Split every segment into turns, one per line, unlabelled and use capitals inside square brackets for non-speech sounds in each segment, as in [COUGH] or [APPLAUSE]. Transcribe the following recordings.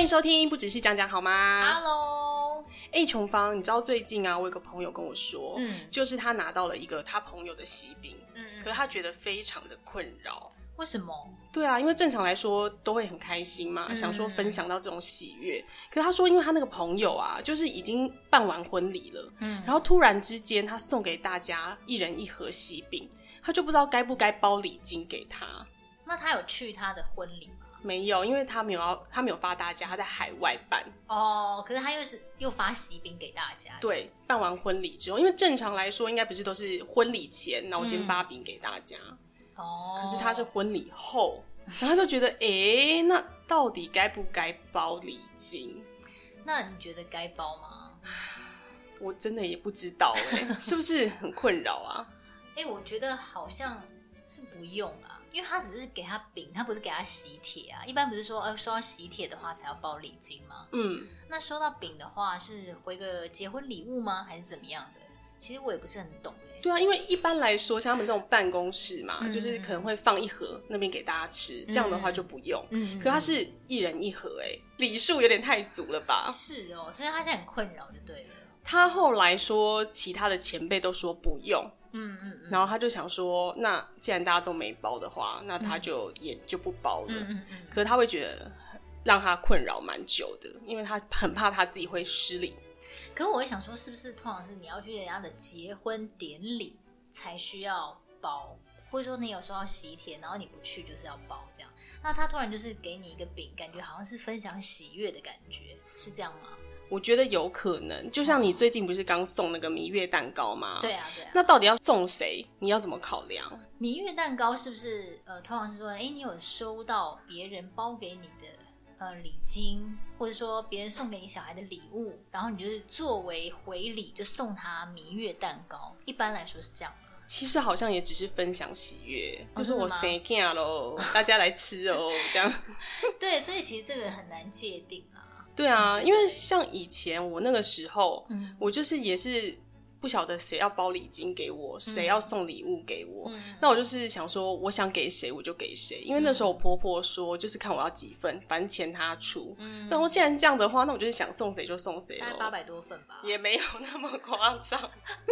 迎收听，不只是讲讲好吗？
Hello，
哎、琼芳，你知道最近啊，我有个朋友跟我说，
嗯
就是他拿到了一个他朋友的喜饼，
嗯
可是他觉得非常的困扰。
为什么？
对啊，因为正常来说都会很开心嘛，
嗯
想说分享到这种喜悦。可是他说，因为他那个朋友啊，就是已经办完婚礼了，
嗯
然后突然之间他送给大家一人一盒喜饼，他就不知道该不该包礼金给他。
那他有去他的婚礼吗？
没有，因为他没有要，他没有发大家，他在海外办。
哦，可是他又是又发喜饼给大家，，
对，办完婚礼之后，因为正常来说应该不是都是婚礼前，然后先发饼给大家，
哦，
可是他是婚礼后，然后他就觉得，诶，那到底该不该包礼金？
那你觉得该包吗？
我真的也不知道哎、
[LAUGHS]
是不是很困扰啊？
哎、我觉得好像是不用啊，因为他只是给他饼，他不是给他喜帖啊。一般不是说，呃，收到喜帖的话才要包礼金吗？
嗯，
那收到饼的话是回个结婚礼物吗？还是怎么样的？其实我也不是很懂哎、
对啊，因为一般来说，像他们这种办公室嘛，
嗯
就是可能会放一盒那边给大家吃，这样的话就不用。
嗯
可他是一人一盒、哎，礼数有点太足了吧？
是哦，所以他现在很困扰就对了。
他后来说，其他的前辈都说不用，
嗯嗯嗯
然后他就想说，那既然大家都没包的话，那他就也就不包了。
嗯嗯嗯，
可是他会觉得让他困扰蛮久的，因为他很怕他自己会失礼。
可是我会想说，是不是通常是你要去人家的结婚典礼才需要包，或者说你有收到喜帖，然后你不去就是要包这样？那他突然就是给你一个饼，感觉好像是分享喜悦的感觉，是这样吗？
我觉得有可能，就像你最近不是刚送那个蜜月蛋糕吗？
对。啊，对
[LAUGHS]
啊。
那到底要送谁？你要怎么考量？
蜜月蛋糕是不是呃，通常是说，哎、你有收到别人包给你的呃礼金，或者说别人送给你小孩的礼物，然后你就是作为回礼就送他蜜月蛋糕，一般来说是这样吗。
其实好像也只是分享喜悦，
哦
就是我生
真
囝喽，大家来吃哦，这
[LAUGHS]
样。
对，所以其实这个很难界定啊。
对啊，因为像以前我那个时候，
嗯
我就是也是不晓得谁要包礼金给我，谁要送礼物给我。
嗯
那我就是想说，我想给谁我就给谁，因为那时候我婆婆说，就是看我要几份，反正钱她出。
嗯，
那我既然是这样的话，那我就是想送谁就送谁
大概
喽。
八百多份吧。
也没有那么夸张， [LAUGHS]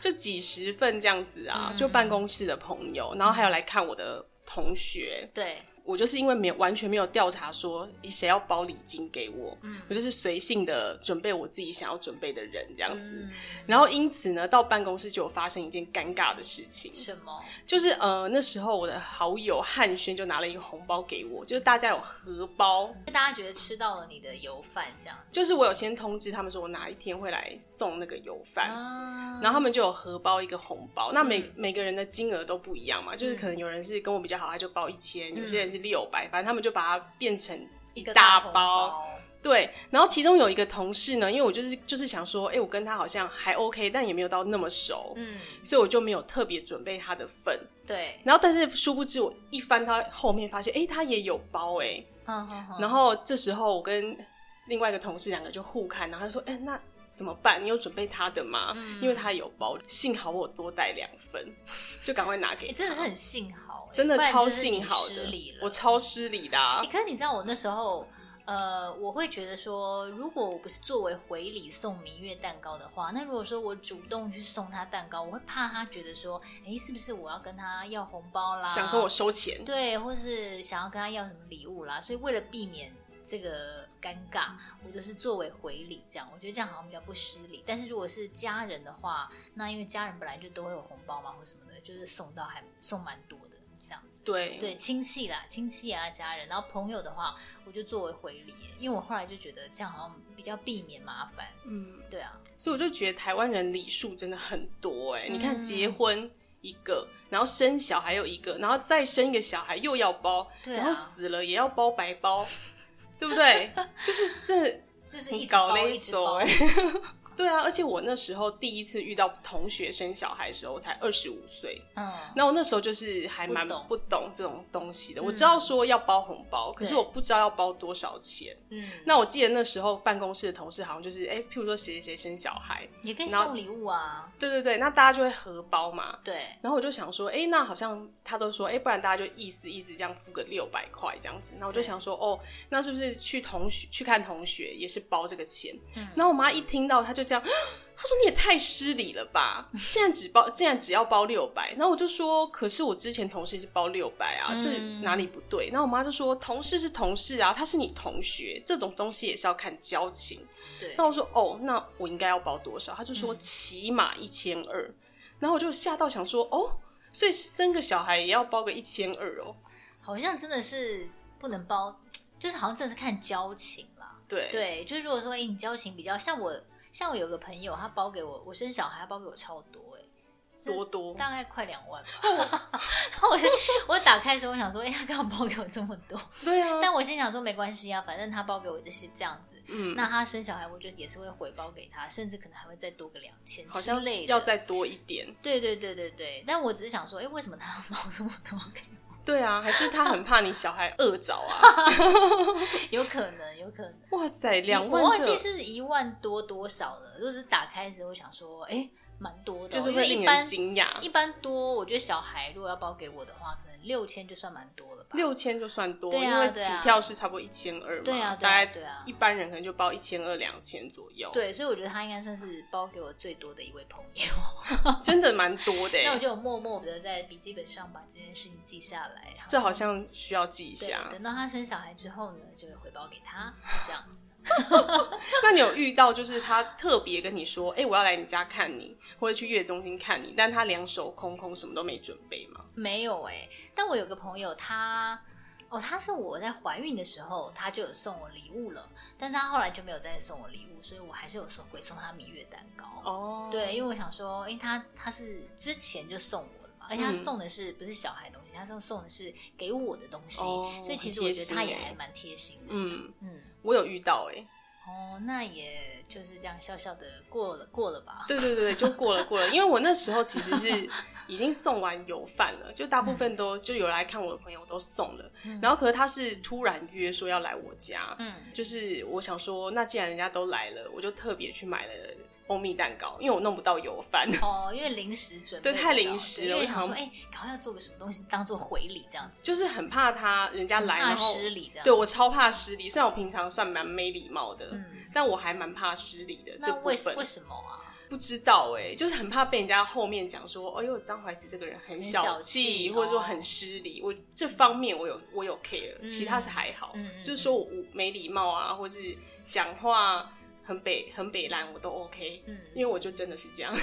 就几十份这样子
嗯
啊，就办公室的朋友，然后还有来看我的同学，
对，
我就是因为没有完全没有调查说诶谁要包礼金给我，
嗯
我就是随性的准备我自己想要准备的人这样子。
嗯，
然后因此呢，到办公室就有发生一件尴尬的事情，
什么？
就是呃那时候我的好友汉轩就拿了一个红包给我，就是大家有荷包，
大家觉得吃到了你的油饭这样
就是我有先通知他们说我哪一天会来送那个油饭，
啊？
然后他们就有荷包一个红包，那每、每个人的金额都不一样嘛，就是可能有人是跟我比较好，他就包一千、有些人是六百，反正他们就把它变成一
一个
大
红
包。对，然后其中有一个同事呢，因为我就是就是想说，哎、我跟他好像还 OK，但也没有到那么熟，
嗯，
所以我就没有特别准备他的份。
对，
然后但是殊不知，我一翻他后面发现，哎、他也有包哎、
嗯嗯嗯
然后这时候我跟另外一个同事两个就互看，然后他说：“哎、那怎么办？你有准备他的吗？
嗯
因为他有包，幸好我有多带两份， [LAUGHS] 就赶快拿给他。
诶哎真的是很幸好、诶
真的
不然
超
就是你
幸好
失
的
礼，了
我超失礼的、啊
欸、。可是你知道我那时候，呃，我会觉得说，如果我不是作为回礼送明月蛋糕的话，那如果说我主动去送他蛋糕，我会怕他觉得说，哎、是不是我要跟他要红包啦？
想跟我收钱，
对，或是想要跟他要什么礼物啦？所以为了避免这个尴尬，
嗯
我就是作为回礼这样。我觉得这样好像比较不失礼。但是如果是家人的话，那因为家人本来就都会有红包嘛，或什么的，就是送到还送蛮多的这样子。
对
对亲戚啦，亲戚啊，家人，然后朋友的话，我就作为回礼，因为我后来就觉得这样好像比较避免麻烦。
嗯，
对啊，
所以我就觉得台湾人礼数真的很多哎、
嗯
你看结婚一个，然后生小孩又一个，然后再生一个小孩又要包，
对啊
然后死了也要包白包，对不对？就是这 [LAUGHS]
就是
很
一直
搞
包
勒
一直 [LAUGHS]
手
包
哎。对啊，而且我那时候第一次遇到同学生小孩的时候，我才二十五岁，
嗯，
那我那时候就是还蛮
不懂嗯
不懂这种东西的。我知道说要包红包，可是
对
我不知道要包多少钱。
嗯，
那我记得那时候办公室的同事好像就是，哎、譬如说谁谁谁生小孩，
也可以
然后
送礼物啊，
对对对，那大家就会合包嘛。
对，
然后我就想说，哎、那好像他都说，哎、不然大家就意思意思这样付个六百块这样子。那我就想说，哦，那是不是去同学去看同学也是包这个钱？然后我妈一听到，她就这样，她说你也太失礼了吧，竟然只包竟然只要包六百。然后我就说，可是我之前同事是包六百啊，这哪里不对？然后我妈就说，同事是同事啊，他是你同学，这种东西也是要看交情。
对
那，我说哦，那我应该要包多少？他就说
嗯
起码一千二，然后我就吓到想说哦，所以生个小孩也要包个一千二哦，
好像真的是不能包，就是好像真的是看交情啦。
对
对，就是如果说，哎、你交情比较像我，像我有个朋友，他包给我，我生小孩，他包给我超多、哎，
多多
大概快两万吧。
哦
然后我就我打开的时候，我想说，哎、他干嘛包给我这么多？
对啊，
但我心想说，没关系啊，反正他包给我这些这样子，
嗯，
那他生小孩，我觉得也是会回包给他，甚至可能还会再多个两千
好
之
像
类的。
要再多一点，
对对对对对，但我只是想说，哎、为什么他要包这么多 [LAUGHS] 给我？
对啊，还是他很怕你小孩饿着啊，
[LAUGHS] 有可能，有可能。
哇塞，两
我
万
忘记
这
是一万多多少了。如果是打开的时候，我想说，哎、蛮多的
就
哦、
是
因为
会
一
令
般
人惊讶
一，般多，我觉得小孩如果要包给我的话，可能六千就算蛮多了吧。
六千就算多，
对啊
因为
对
起
啊
跳是差不多一千二嘛，
对啊，对
大
啊，
概
对啊
一，般人可能就包一千二两千左右，，
对，所以我觉得他应该算是包给我最多的一位朋友。
真的蛮多的欸，
[LAUGHS] 那我就有默默的在笔记本上把这件事情记下来，然后
这好像需要记一
对
下，
等到他生小孩之后呢，就会回报给他，就这样子。
[LAUGHS] 那你有遇到就是他特别跟你说，哎、我要来你家看你，或者去月中心看你，但他两手空空，什么都没准备吗？
没有哎、但我有个朋友他。哦，他是我在怀孕的时候，他就有送我礼物了，但是他后来就没有再送我礼物，所以我还是有送回送他蜜月蛋糕。
哦
对，因为我想说，因为他他是之前就送我了嘛，而且他
嗯
送的是、不是小孩东西，他送送的是给我的东西，
哦
所以其实
很
我
贴
觉得
心
他也
欸
还蛮贴心的。
嗯，
嗯，
我有遇到、
[LAUGHS]
哎，
哦，那也就是这样笑笑的过了过了吧。
对对对，就过了过了，因为我那时候其实是已经送完油饭了，就大部分都就有来看我的朋友都送了，然后可是他是突然约说要来我家，
嗯，
就是我想说，那既然人家都来了，我就特别去买了蜂蜜蛋糕，因为我弄不到油饭。
哦，因为临时准备
对
不
太
了
临时
对
了
因为
我
想
想
说，哎、赶快要做个什么东西当做回礼这样子，
就是很怕他人家来，
怕
然后
失礼这样。
对，我超怕失礼，虽然我平常算蛮没礼貌的，
嗯，
但我还蛮怕失礼的这
那
部
为什为
分。
什么啊？
不知道哎、就是很怕被人家后面讲说，哎呦，张怀慈这个人很
小
小
气
气，或者说
哦
很失礼。我这方面我有我有 care，、其他是还好，
嗯嗯
就是说我无没礼貌啊，或是讲话很北很北烂，我都 OK。
嗯，
因为我就真的是这
[LAUGHS]
样。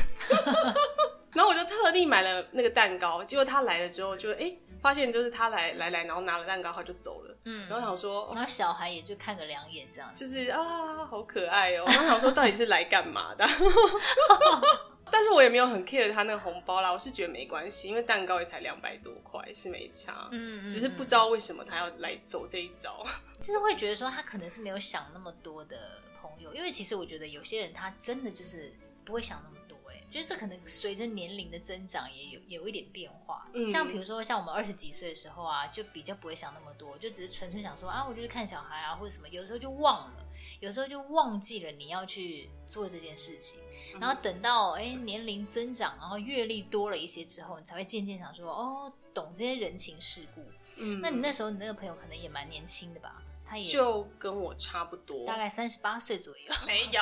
然后我就特地买了那个蛋糕，结果他来了之后就哎、诶发现就是他来来来，然后拿了蛋糕他就走了，
嗯
然后想说。哦
然后小孩也就看个两眼这样子。
就是啊，好可爱哦、然 [LAUGHS] 后想说到底是来干嘛的？ [LAUGHS] 但是我也没有很 care 他那个红包啦，我是觉得没关系，因为蛋糕也才两百多块，是没差。
嗯，嗯
只是不
嗯
知道为什么他要来走这一招。
就是会觉得说他可能是没有想那么多的朋友，因为其实我觉得有些人他真的就是不会想那么多、哎，就是这可能随着年龄的增长也有有一点变化。
嗯
像比如说像我们二十几岁的时候啊，就比较不会想那么多，就只是纯粹想说啊，我就是看小孩啊或者什么，有时候就忘了，有时候就忘记了你要去做这件事情。然后等到哎、年龄增长，然后阅历多了一些之后，你才会渐渐想说哦，懂这些人情世故。
嗯，
那你那时候你那个朋友可能也蛮年轻的吧？他也
就跟我差不多，
大概三十八岁左右，
没有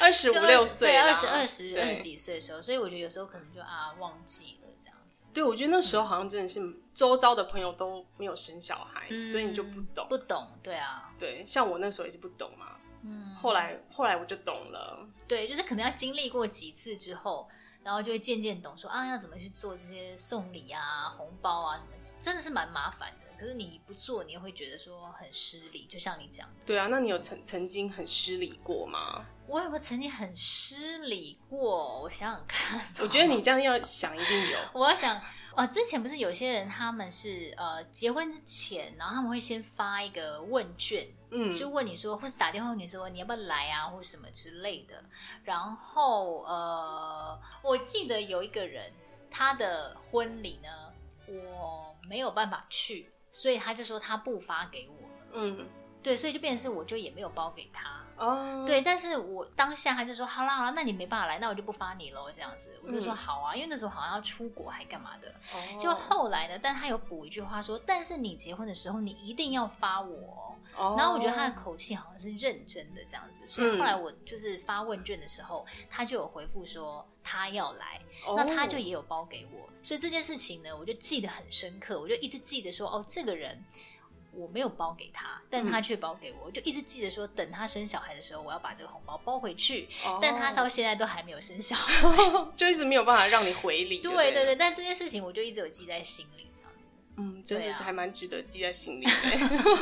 二十五
就
六岁啦，
二十二十
对
二十几岁的时候，所以我觉得有时候可能就啊忘记了这样子，
对，我觉得那时候好像真的是周遭的朋友都没有生小孩，
嗯
所以你就不懂。
不懂，对啊，
对，像我那时候也是不懂嘛，
嗯，
后来后来我就懂了。
对，就是可能要经历过几次之后，然后就会渐渐懂说啊要怎么去做这些送礼啊、红包啊什么，真的是蛮麻烦的。可是你不做，你又会觉得说很失礼，就像你讲的。
对啊，那你有曾曾经很失礼过
[LAUGHS]
吗？
我有没有曾经很失礼过？我想想看， [LAUGHS]
我觉得你这样要想一定有。
我要想，呃，之前不是有些人他们是呃结婚前，然后他们会先发一个问卷，
嗯，
就问你说，或是打电话问你说你要不要来啊，或什么之类的。然后呃，我记得有一个人他的婚礼呢，我没有办法去，所以他就说他不发给我。
嗯
对，所以就变成是我就也没有包给他。
哦，
对，但是我当下他就说好啦好啦，那你没办法来，那我就不发你喽，这样子，我就说
嗯
好啊，因为那时候好像要出国还干嘛的，
哦，
就后来呢，但他有补一句话说，但是你结婚的时候你一定要发我哦、
哦，
然后我觉得他的口气好像是认真的这样子，所以
嗯
后来我就是发问卷的时候，他就有回复说他要来，
哦
那他就也有包给我，所以这件事情呢，我就记得很深刻，我就一直记得说，哦，这个人我没有包给他，但
嗯
他却包给我，我就一直记得说，等他生小孩的时候，我要把这个红包包回去，
哦
但他到现在都还没有生小
[LAUGHS]
孩。
就一直没有办法让你回礼，
对
对
对
了
对，，但这件事情我就一直有记在心里，这样子。
嗯，真
对
的
啊
还蛮值得记在心里 [LAUGHS] 的。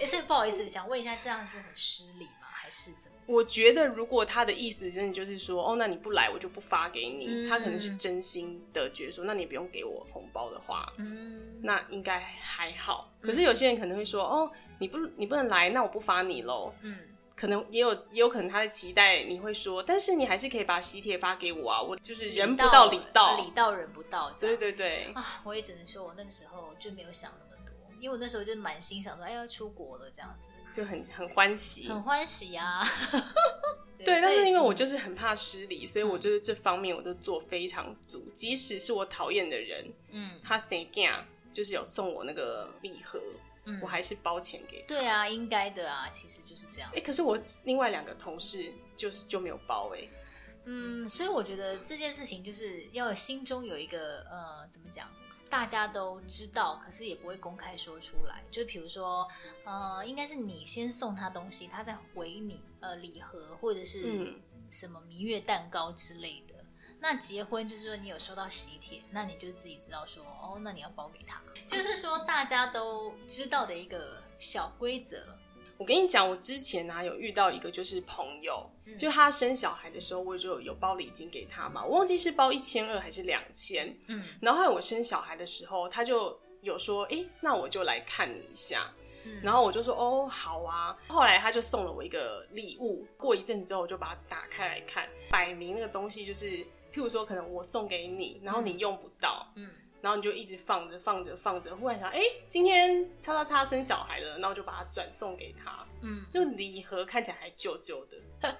也是不好意思，想问一下，这样是很失礼吗？还是怎么？
我觉得如果他的意思真的就是说，哦，那你不来我就不发给你，
嗯
他可能是真心的觉得说，那你也不用给我红包的话，
嗯，
那应该还好。可是有些人可能会说，哦，你不你不能来，那我不发你喽。
嗯，
可能也有也有可能他的期待你会说，但是你还是可以把喜帖发给我啊，我就是人不到礼到。
礼到人不到，这
对
样
对对，
啊，我也只能说，我那个时候就没有想那么多，因为我那时候就满心想说，哎，要出国了这样子，
就很很欢喜。
很欢喜呀、啊。 [LAUGHS]
对，但
所
是
以
因为我就是很怕失礼，所以
嗯
我就是这方面我都做非常足。即使是我讨厌的人，
嗯
他 say g a 就是有送我那个礼盒，
嗯
我，还是包钱给他。
对啊，应该的啊，其实就是这样
哎、。可是我另外两个同事就是就没有包哎、
嗯，所以我觉得这件事情就是要心中有一个呃，怎么讲？大家都知道，可是也不会公开说出来。就比如说，呃，应该是你先送他东西，他再回你呃礼盒或者是
嗯
什么蜜月蛋糕之类的。那结婚就是说你有收到喜帖，那你就自己知道说哦，那你要包给他，就是说大家都知道的一个小规则。
我跟你讲，我之前啊有遇到一个就是朋友，
嗯
就他生小孩的时候，我就有包礼金给他嘛，我忘记是包一千二还是两千。
嗯
然后后来我生小孩的时候，他就有说，哎、那我就来看你一下。
嗯
然后我就说哦，好啊。后来他就送了我一个礼物，过一阵子之后我就把它打开来看，摆明那个东西就是，譬如说可能我送给你，然后你用不到，
嗯，
然后你就一直放着放着放着，忽然想，哎，今天叉叉叉生小孩了，然后就把它转送给他，
嗯，
就礼盒看起来还旧旧的， [LAUGHS]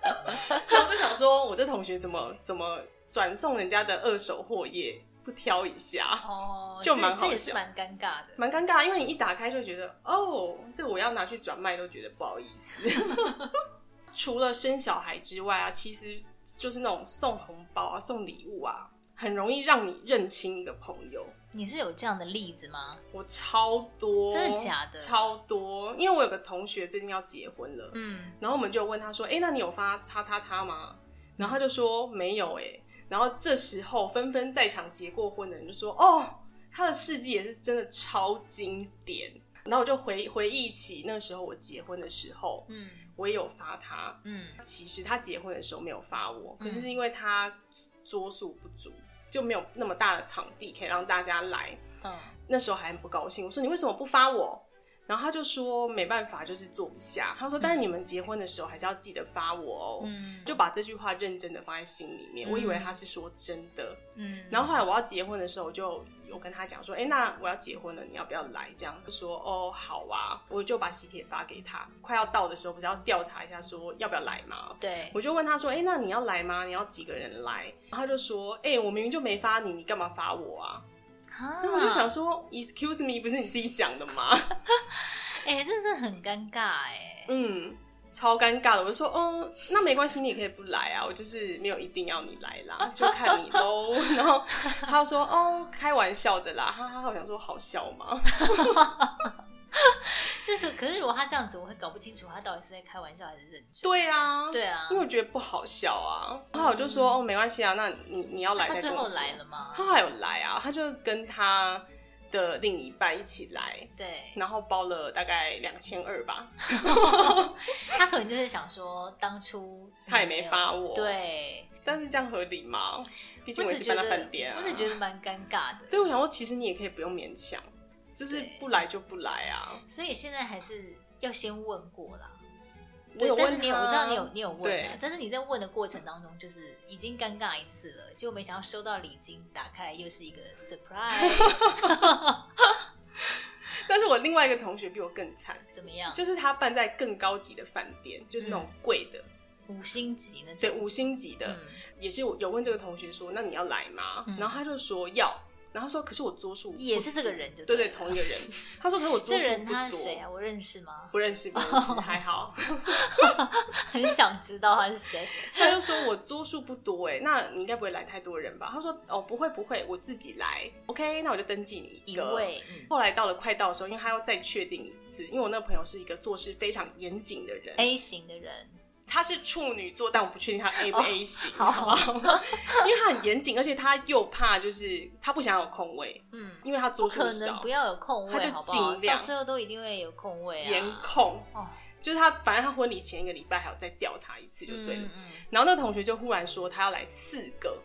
然后就想说，我这同学怎么怎么转送人家的二手货也不挑一下。
哦，
就
这
蛮好
这也是
笑
蛮尴尬的。
蛮尴尬，因为你一打开就觉得，哦，这我要拿去转卖都觉得不好意思。 [LAUGHS] 除了生小孩之外啊，其实就是那种送红包啊、送礼物啊，很容易让你认清一个朋友。
你是有这样的例子吗？
我超多，
真的假的
超多，因为我有个同学最近要结婚了，
嗯，
然后我们就问他说：“哎、那你有发叉叉叉吗？”然后他就说：“没有。”哎，然后这时候纷纷在场结过婚的人就说：“哦，他的事迹也是真的超经典。”然后我就回回忆起那时候我结婚的时候，
嗯
我也有发他。
嗯
其实他结婚的时候没有发我，
嗯
可是是因为他桌数不足，就没有那么大的场地可以让大家来。
嗯，
那时候还很不高兴，我说你为什么不发我？然后他就说没办法，就是做不下。他说，但是你们结婚的时候还是要记得发我哦。
嗯
就把这句话认真的放在心里面，
嗯
我以为他是说真的。
嗯，
然后后来我要结婚的时候，我就有跟他讲说，哎、那我要结婚了，你要不要来？这样他说，哦，好啊，我就把喜帖发给他。快要到的时候，不是要调查一下说要不要来吗？
对，
我就问他说：“哎、那你要来吗？你要几个人来？”然后他就说：“哎、我明明就没发你，你干嘛发我啊？”
然
那我就想，说，Excuse me，不是你自己讲的吗？ [LAUGHS]
哎、真是很尴尬哎、
嗯，超尴尬的。我就说，哦，那没关系，你也可以不来啊，我就是没有一定要你来啦，就看你喽。 [LAUGHS] 然后他就说，哦，开玩笑的啦，哈哈。我想说，好笑吗？ [LAUGHS]
就是，可是如果他这样子，我会搞不清楚他到底是在开玩笑还是认真。
对啊，
对啊
因为，我觉得不好笑啊。然后我就说，哦，没关系啊，那你你要来
他
再
最
跟我
后
说。
来了吗？
他还有来啊，他就跟他的另一半一起来，
对，
然后包了大概两千二吧，
他可能就是想说，当初
他也没
有
发我。
对，
但是这样合理吗？毕竟
我
也
只
是
觉
搬到
得
饭店啊。
我只觉得蛮尴尬的。
对，我想说，其实你也可以不用勉强，就是
对
不来就不来啊。
所以现在还是要先问过啦。
我有
对但是
问
你有，
他
我知道你有，你有问啊
对。
但是你在问的过程当中，就是已经尴尬一次了，结果没想到收到礼金，打开来又是
[LAUGHS]
一个 surprise，
但是我另外一个同学比我更惨，
怎么样？
就是他办在更高级的饭店，就是那种贵的，
五星级那
对，
种。
五星级的。
嗯
也是有问这个同学说，那你要来吗？
嗯
然后他就说要，然后说可是我桌数不
也是这个人就
对
对
对
了
同一个人，他说可是我
[LAUGHS] 这
桌数
人
不
他
多，
是谁啊？我认识吗？ [LAUGHS]
不认识不认识，还好。
很想知道他是谁。
他就说我桌数不多哎，那你应该不会来太多人吧？他说哦不会不会，我自己来，OK，那我就登记你
一
个。
位，嗯
后来到了快到的时候，因为他要再确定一次，因为我那个朋友是一个做事非常严谨的人，
A 型的人，
他是处女座，但我不确定他 A 不 A 型，
哦好
好不好？因为他很严谨，而且他又怕就是他不想要有空位，
嗯，
因为他桌
可
数
能
少
不，要有空位，
他就
好不好？
尽量
到最后都一定会有空位啊。
严控。
哦
就是他，反正他婚礼前一个礼拜还要再调查一次，就对了。
嗯嗯
然后那个同学就忽然说他要来四个，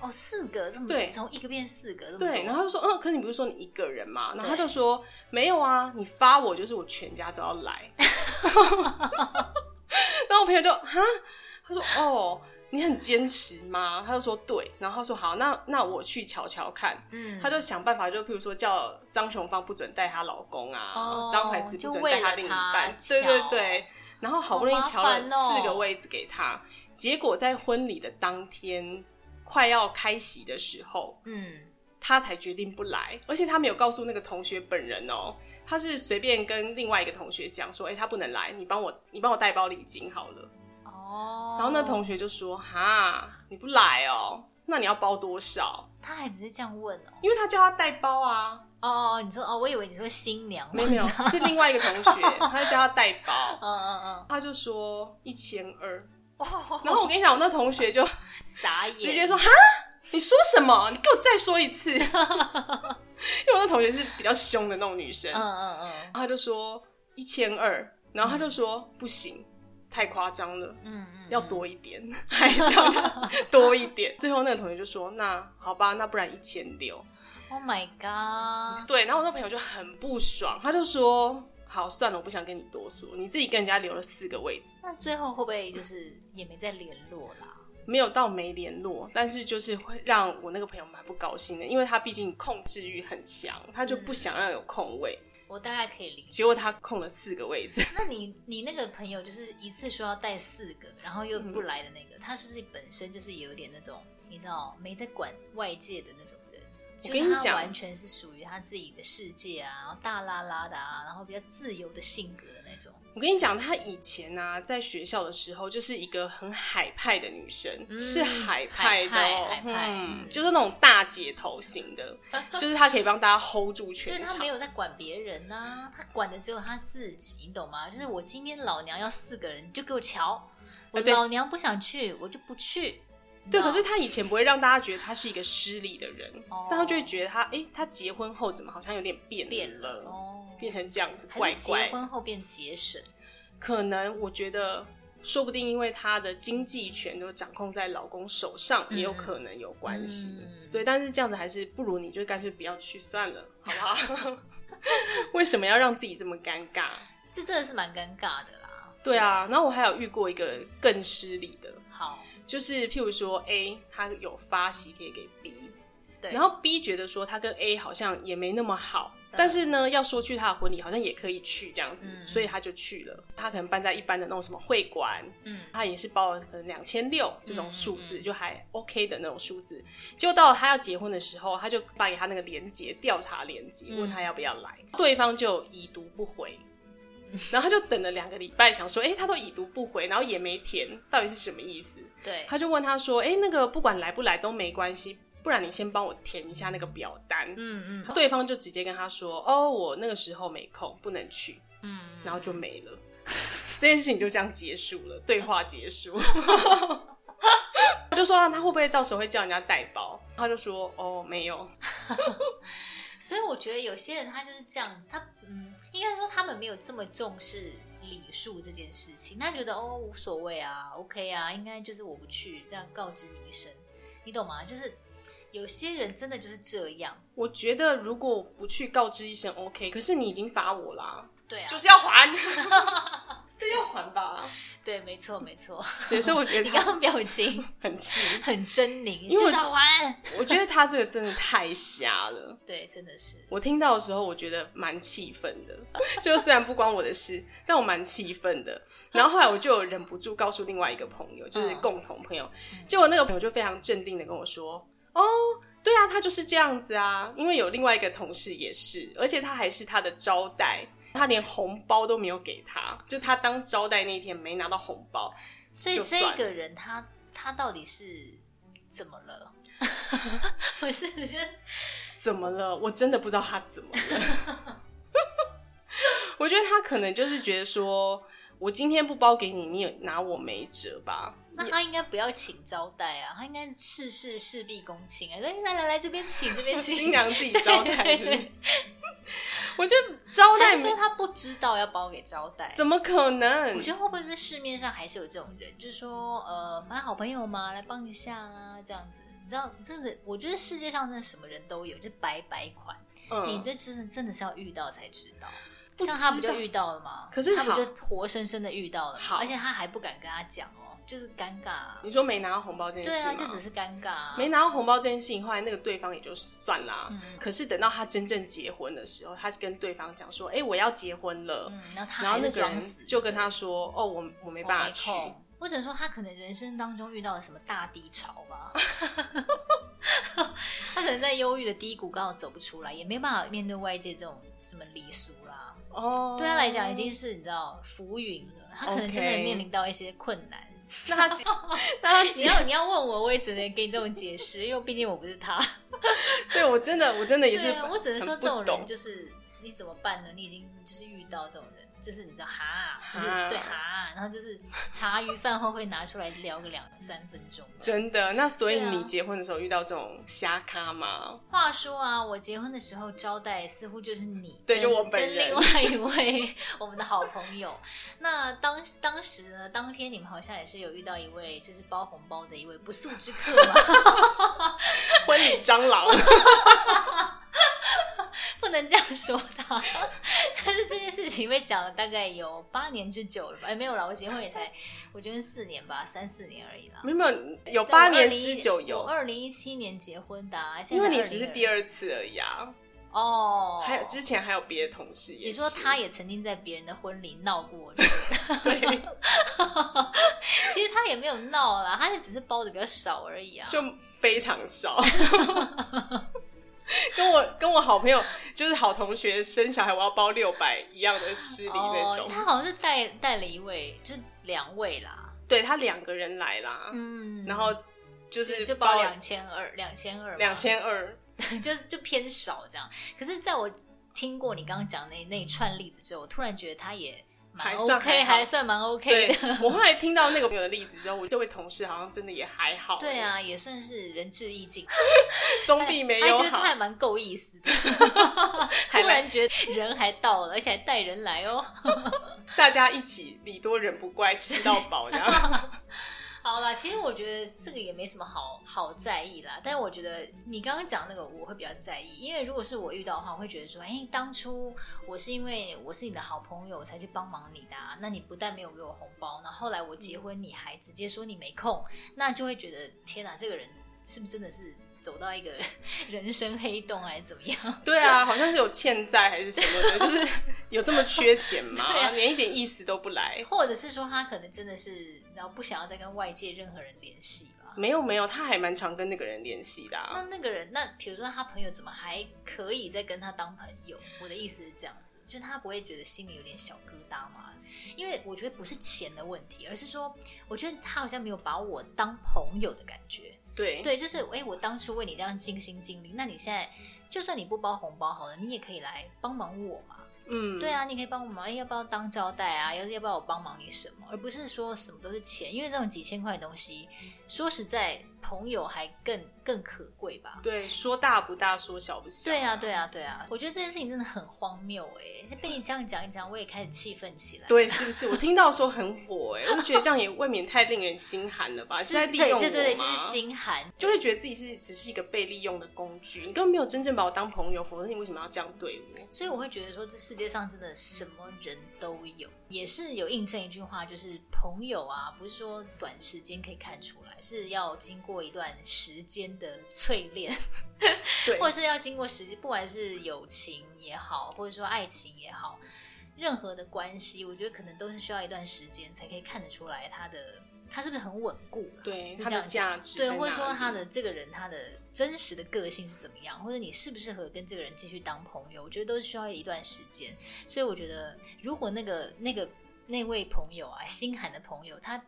哦，四个这么
对
从一个变四个，这么多
对，然后他就说，嗯，可是你不是说你一个人吗？然后他
对
就说没有啊，你发我就是我全家都要
[LAUGHS]
来。然后我朋友就哈，他说哦，你很坚持吗？他就说对，然后他说好，那那我去瞧瞧看。
嗯，
他就想办法，就譬如说叫张雄芳不准带她老公啊，
哦
张怀慈不
就
准
为
带
了
她另一
他
半，
瞧
对对对。然后好不容易
好麻
瞧了
烦哦
四个位置给他，结果在婚礼的当天快要开席的时候，
嗯，
他才决定不来，而且他没有告诉那个同学本人哦、他是随便跟另外一个同学讲说，哎、他不能来，你帮我，你帮我带包礼金好了。
哦，
然后那同学就说，哈，你不来哦、那你要包多少？
他还只是这样问哦，
因为他叫他带包啊，
哦哦，你说哦，我以为你说新娘，
没有没有，是另外一个同 [LAUGHS] 学，他就叫他带包，
嗯嗯
他就说一千二，
嗯，
然后我跟你讲，我那同学 [LAUGHS] 就
傻眼，
直接说哈，你说什么？你给我再说一次，因 [LAUGHS] 为我那同学是比较凶的那种女生，
嗯，
然后
嗯嗯
他就说一千二，然后他就说不行，太夸张了。
嗯嗯，
要多一点，还要多一点。最后那个同学就说：“那好吧，那不然一千六。”
，Oh my god，
对，然后我那朋友就很不爽，他就说：“好，算了，我不想跟你多说，你自己跟人家留了四个位置，
那最后会不会就是也没再联络啦？
没有到没联络，但是就是会让我那个朋友蛮不高兴的，因为他毕竟控制欲很强，他就不想让有空位，
我大概可以理解
结。果他空了四个位置。
那你你那个朋友就是一次说要带四个，然后又不来的那个，他是不是本身就是有点那种你知道没在管外界的那种人？
我
就
跟你
是他
讲
完全是属于他自己的世界啊，然后大拉拉的啊，然后比较自由的性格的那种。 [LAUGHS]
我跟你讲，他以前啊，在学校的时候就是一个很海派的女生，
嗯
是海派的、哦，
海派海派
嗯
嗯，
就是那种大姐头型
[LAUGHS]
的，就是她可以帮大家 hold 住
所以
全
他没
场。
有在管别人呐、他管的只有他自己，你懂吗？就是我今天老娘要四个人，你就给我瞧。我
啊对
老娘不想去，我就不去。你知
对，
道
可是他以前不会让大家觉得他是一个失礼的人，
哦
但他就会觉得他，哎、他结婚后怎么好像有点变
变
了，
了哦，
变成这样子，
还
怪
是结
怪。
婚后变节省。
可能我觉得，说不定因为他的经济权都掌控在老公手上，
嗯
也有可能有关系。
嗯
对，但是这样子还是不如你就干脆不要去算了，好不好？ [LAUGHS] 为什么要让自己这么尴尬？
这真的是蛮尴尬的啦。
对啊，然后我还有遇过一个更失礼的，
好，
就是譬如说 A 他有发喜帖给 B，
对，
然后 B 觉得说他跟 A 好像也没那么好，但是呢，要说去他的婚礼好像也可以去这样子，
嗯
所以他就去了。他可能办在一般的那种什么会馆，
嗯
他也是包了可能两千六这种数字，
嗯嗯
就还 OK 的那种数字。结果到了他要结婚的时候，他就发给他那个连接调查连接，
嗯
问他要不要来，对方就已读不
[LAUGHS]
回。然后他就等了两个礼拜，想说，哎、他都已读不回，然后也没填，到底是什么意思？
对，
他就问他说：“哎、那个不管来不来都没关系，不然你先帮我填一下那个表单。
嗯嗯
对方就直接跟他说：“哦，我那个时候没空，不能去。
嗯”
然后就没了，这件事情就这样结束了，对话结束。 [LAUGHS] 我就说、啊、他会不会到时候会叫人家代包？他就说：“哦，没有。
所以我觉得有些人他就是这样，他嗯，应该说他们没有这么重视礼数这件事情，那觉得哦无所谓啊，OK 啊，应该就是我不去，这样告知你一声，你懂吗？就是有些人真的就是这样，
我觉得如果不去告知一声 OK，可是你已经罚我啦，
对啊，
就是要
[LAUGHS]
还，这要还吧？
对，没错没错。 [LAUGHS]
对，所以我觉得
你刚
他
刚表情
很气，
很狰狞，
因为
就
我
是要还，
我觉得他这个真的太瞎了。
对，真的是，
我听到的时候，我觉得蛮气愤的，就虽然不关我的事，但我蛮气愤的。然后后来我就有忍不住告诉另外一个朋友，就是共同朋友，结果那个朋友就非常镇定的跟我说：“哦，对啊，他就是这样子啊，因为有另外一个同事也是，而且他还是他的招待。”他连红包都没有给他，就他当招待那天没拿到红包，
所以
就算
这个人他他到底是怎么了？ [LAUGHS] 不是，我觉得
怎么了？我真的不知道他怎么了。
[LAUGHS]
我觉得他可能就是觉得说，我今天不包给你，你也拿我没辙
[LAUGHS]
吧？
那他应该不要请招待啊，他应该事事事必躬亲啊，来来来来这边请这边
[LAUGHS]
请。
新娘自己招待是不
对
是
对？
[LAUGHS] 我觉得招
他
待
说他不知道要包给招待。
怎么可
我
能？
觉得会不会在市面上还是有这种人，就是说，呃，蛮好朋友嘛，来帮一下啊，这样子。你知道，真的，我觉得世界上真的什么人都有，就是白白款。你
嗯，
这真的真的是要遇到才知道。
不
像他不
知道
就遇到了吗？
可是
他不
好
就活生生的遇到了吗，
好
而且他还不敢跟他讲哦，就是尴尬、啊。
你说没拿到红包这件
对
事
啊，
吗
就？只是尴尬、啊。
没拿到红包这件事情，后来那个对方也就算啦。
嗯
可是等到他真正结婚的时候，他跟对方讲说：“哎、我要结婚了。
嗯，然后他
然后
还
那
是
个
装
人
死，，Oh
就跟他说：“哦，我我没
没
办法去。
空。或者说他可能人生当中遇到了什么大低潮吧， [LAUGHS] 他可能在忧郁的低谷刚好走不出来，也没办法面对外界这种什么离俗啦。
哦，
对他来讲已经是你知道浮云了，他可能真的
OK
面临到一些困
[LAUGHS]
难。
那他结那他
你
结
要你要问我，我也只能给你这种解释，因为毕竟我不是他。
对我真的我真的也是
对啊，
很，
我只能说
很
这
不
种人
懂
就是你怎么办呢？你已经就是遇到这种人，就是你知道哈，啊就是
哈啊
对哈，啊然后就是茶余饭后会拿出来聊个两三分钟。
真的。那所以
对啊
你结婚的时候遇到这种瞎咖吗？ [LAUGHS]
话说啊，我结婚的时候招待似乎就是你，
对就
跟
我本人
跟另外一位我们的好朋友。那当当时呢，当天你们好像也是有遇到一位就是包红包的一位不速之客嘛，
婚礼蟑螂 [LAUGHS]
不能这样说他。 [LAUGHS] 但是这件事情被讲了大概有八年之久了吧？哎，没有啦，我结婚也才
[LAUGHS]
我觉得四年吧，三四年而已啦。
没有有八年之久有，
二零一七年结婚的、啊，现
因
在
为你只是第
二
二次而已啊。
哦。
还有之前还有别的同事也
你
是，
说他也曾经在别人的婚礼闹过，对不对
对，
[LAUGHS] 其实他也没有闹啦，他就只是包的比较少而已啊。
就非常少。 [LAUGHS] 跟我跟我好朋友就是好同学生小孩，我要包六百一样的失礼那种。
哦，他好像是带带了一位，就两位啦，
对他两个人来啦，
嗯，
然后就是
就就包两千二，两千二，
两千二，
就是就偏少这样。可是，在我听过你刚刚讲那那一串例子之后，我突然觉得他也蛮
还算
OK，
还好
还算蛮 OK
对 [LAUGHS]
的。
我后来听到那个朋友的例子之后，我这位同事好像真的也还好。
对，啊，也算是仁至义尽，
总比没有
还觉得他还
好。
蛮够意思的。 [LAUGHS] 突
[LAUGHS] 还来
然觉得人还到了，而且还带人来哦。
大家一起礼多人不怪，吃到饱这
[LAUGHS]
样。
好啦，其实我觉得这个也没什么好好在意啦。但是我觉得你刚刚讲那个，我会比较在意，因为如果是我遇到的话，我会觉得说，哎、当初我是因为我是你的好朋友，我才去帮忙你的、啊。那你不但没有给我红包，然后后来我结婚，你还直接说你没空，那就会觉得天哪、这个人是不是真的是走到一个人生黑洞，还是怎么样？
对啊，好像是有欠债还是什么的，就是有这么缺钱吗？
[LAUGHS] 对啊
连一点意思都不来。
或者是说他可能真的是，然后不想要再跟外界任何人联系吧？
没有没有，他还蛮常跟那个人联系的、
那
啊。
那个人，那比如说他朋友怎么还可以再跟他当朋友？我的意思是这样子，就是他不会觉得心里有点小疙瘩吗？因为我觉得不是钱的问题，而是说，我觉得他好像没有把我当朋友的感觉。
对，
对，就是哎、诶我当初为你这样尽心尽力，那你现在就算你不包红包好了，你也可以来帮忙我嘛。
嗯，
对，啊，你可以帮我忙，哎要不要当招待啊？要要不要我帮忙你什么？而不是说什么都是钱，因为这种几千块的东西，说实在，朋友还更更可贵吧。
对，说大不大，说小不小。
对啊，对啊，对啊！我觉得这件事情真的很荒谬哎、被你这样讲一讲，我也开始气愤起来。
对，是不是？我听到的时候很火哎、我就觉得这样也未免太令人心寒了吧？
就是
啊在利
对
用我
对对对，就
吗
是心寒。
就会觉得自己是只是一个被利用的工具，你根本没有真正把我当朋友，否则你为什么要这样对我？
所以我会觉得说，这世界上真的什么人都有，也是有印证一句话，就是朋友啊，不是说短时间可以看出来，是要经过一段时间的淬炼，
对
或者是要经过时，不管是友情也好，或者说爱情也好，任何的关系，我觉得可能都是需要一段时间才可以看得出来他的他是不是很稳固啦
对
就
它
这
的
样讲
价值在
对，
哪里，
或者说他的这个人他的真实的个性是怎么样，或者你适不适合跟这个人继续当朋友，我觉得都需要一段时间。所以我觉得，如果那个那个那位朋友啊，心寒的朋友，他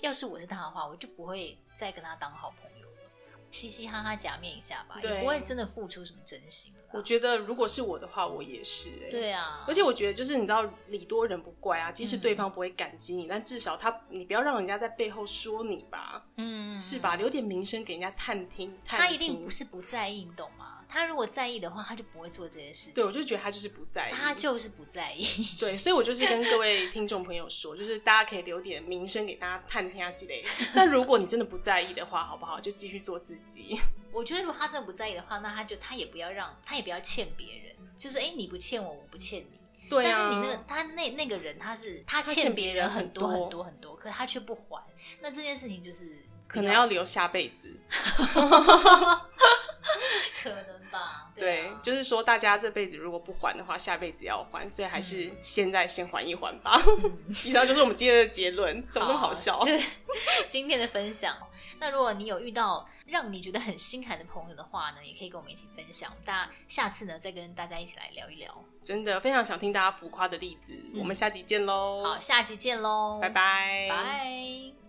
要是我是他的话，我就不会再跟他当好朋友了，嘻嘻哈哈假面一下吧，也
对
不会真的付出什么真心了
我
啦。
觉得如果是我的话，我也是哎、
对嗯啊，
而且我觉得，就是你知道，礼多人不怪啊。即使对方不会感激你，但至少他，你不要让人家在背后说你吧，
嗯，
是吧？留点名声给人家探听。探
他一定
听
不是不在意，你懂吗？他如果在意的话，他就不会做这些事情。
对，我就觉得他就是不在意。
他就是不在意。
对，所以我就是跟各位听众朋友说，就是大家可以留点名声给大家探听啊之类的。但如果你真的不在意的话，好不好？就继续做自己。
我觉得如果他真的不在意的话，那他就他也不要让他也不要欠别人，就是哎、诶你不欠我，我不欠你。
对啊，
但是你那个他那那个人他是他
欠
欠别
别
人
人
很多
很多
很多很多，可他却不还，那这件事情就是
可能要留下辈子。
可能吧，
对，
啊
就是说大家这辈子如果不还的话，下辈子要还，所以还
嗯
是现在先还一还吧。 [LAUGHS] 以上就是我们今天的结论，怎么那么好笑？
啊哦就是今天的分享。那如果你有遇到让你觉得很心寒的朋友的话呢，也可以跟我们一起分享，大家下次呢再跟大家一起来聊一聊。
真的非常想听大家浮夸的例子，我们下集见喽，
好，下集见喽，
拜，拜，
嗯拜。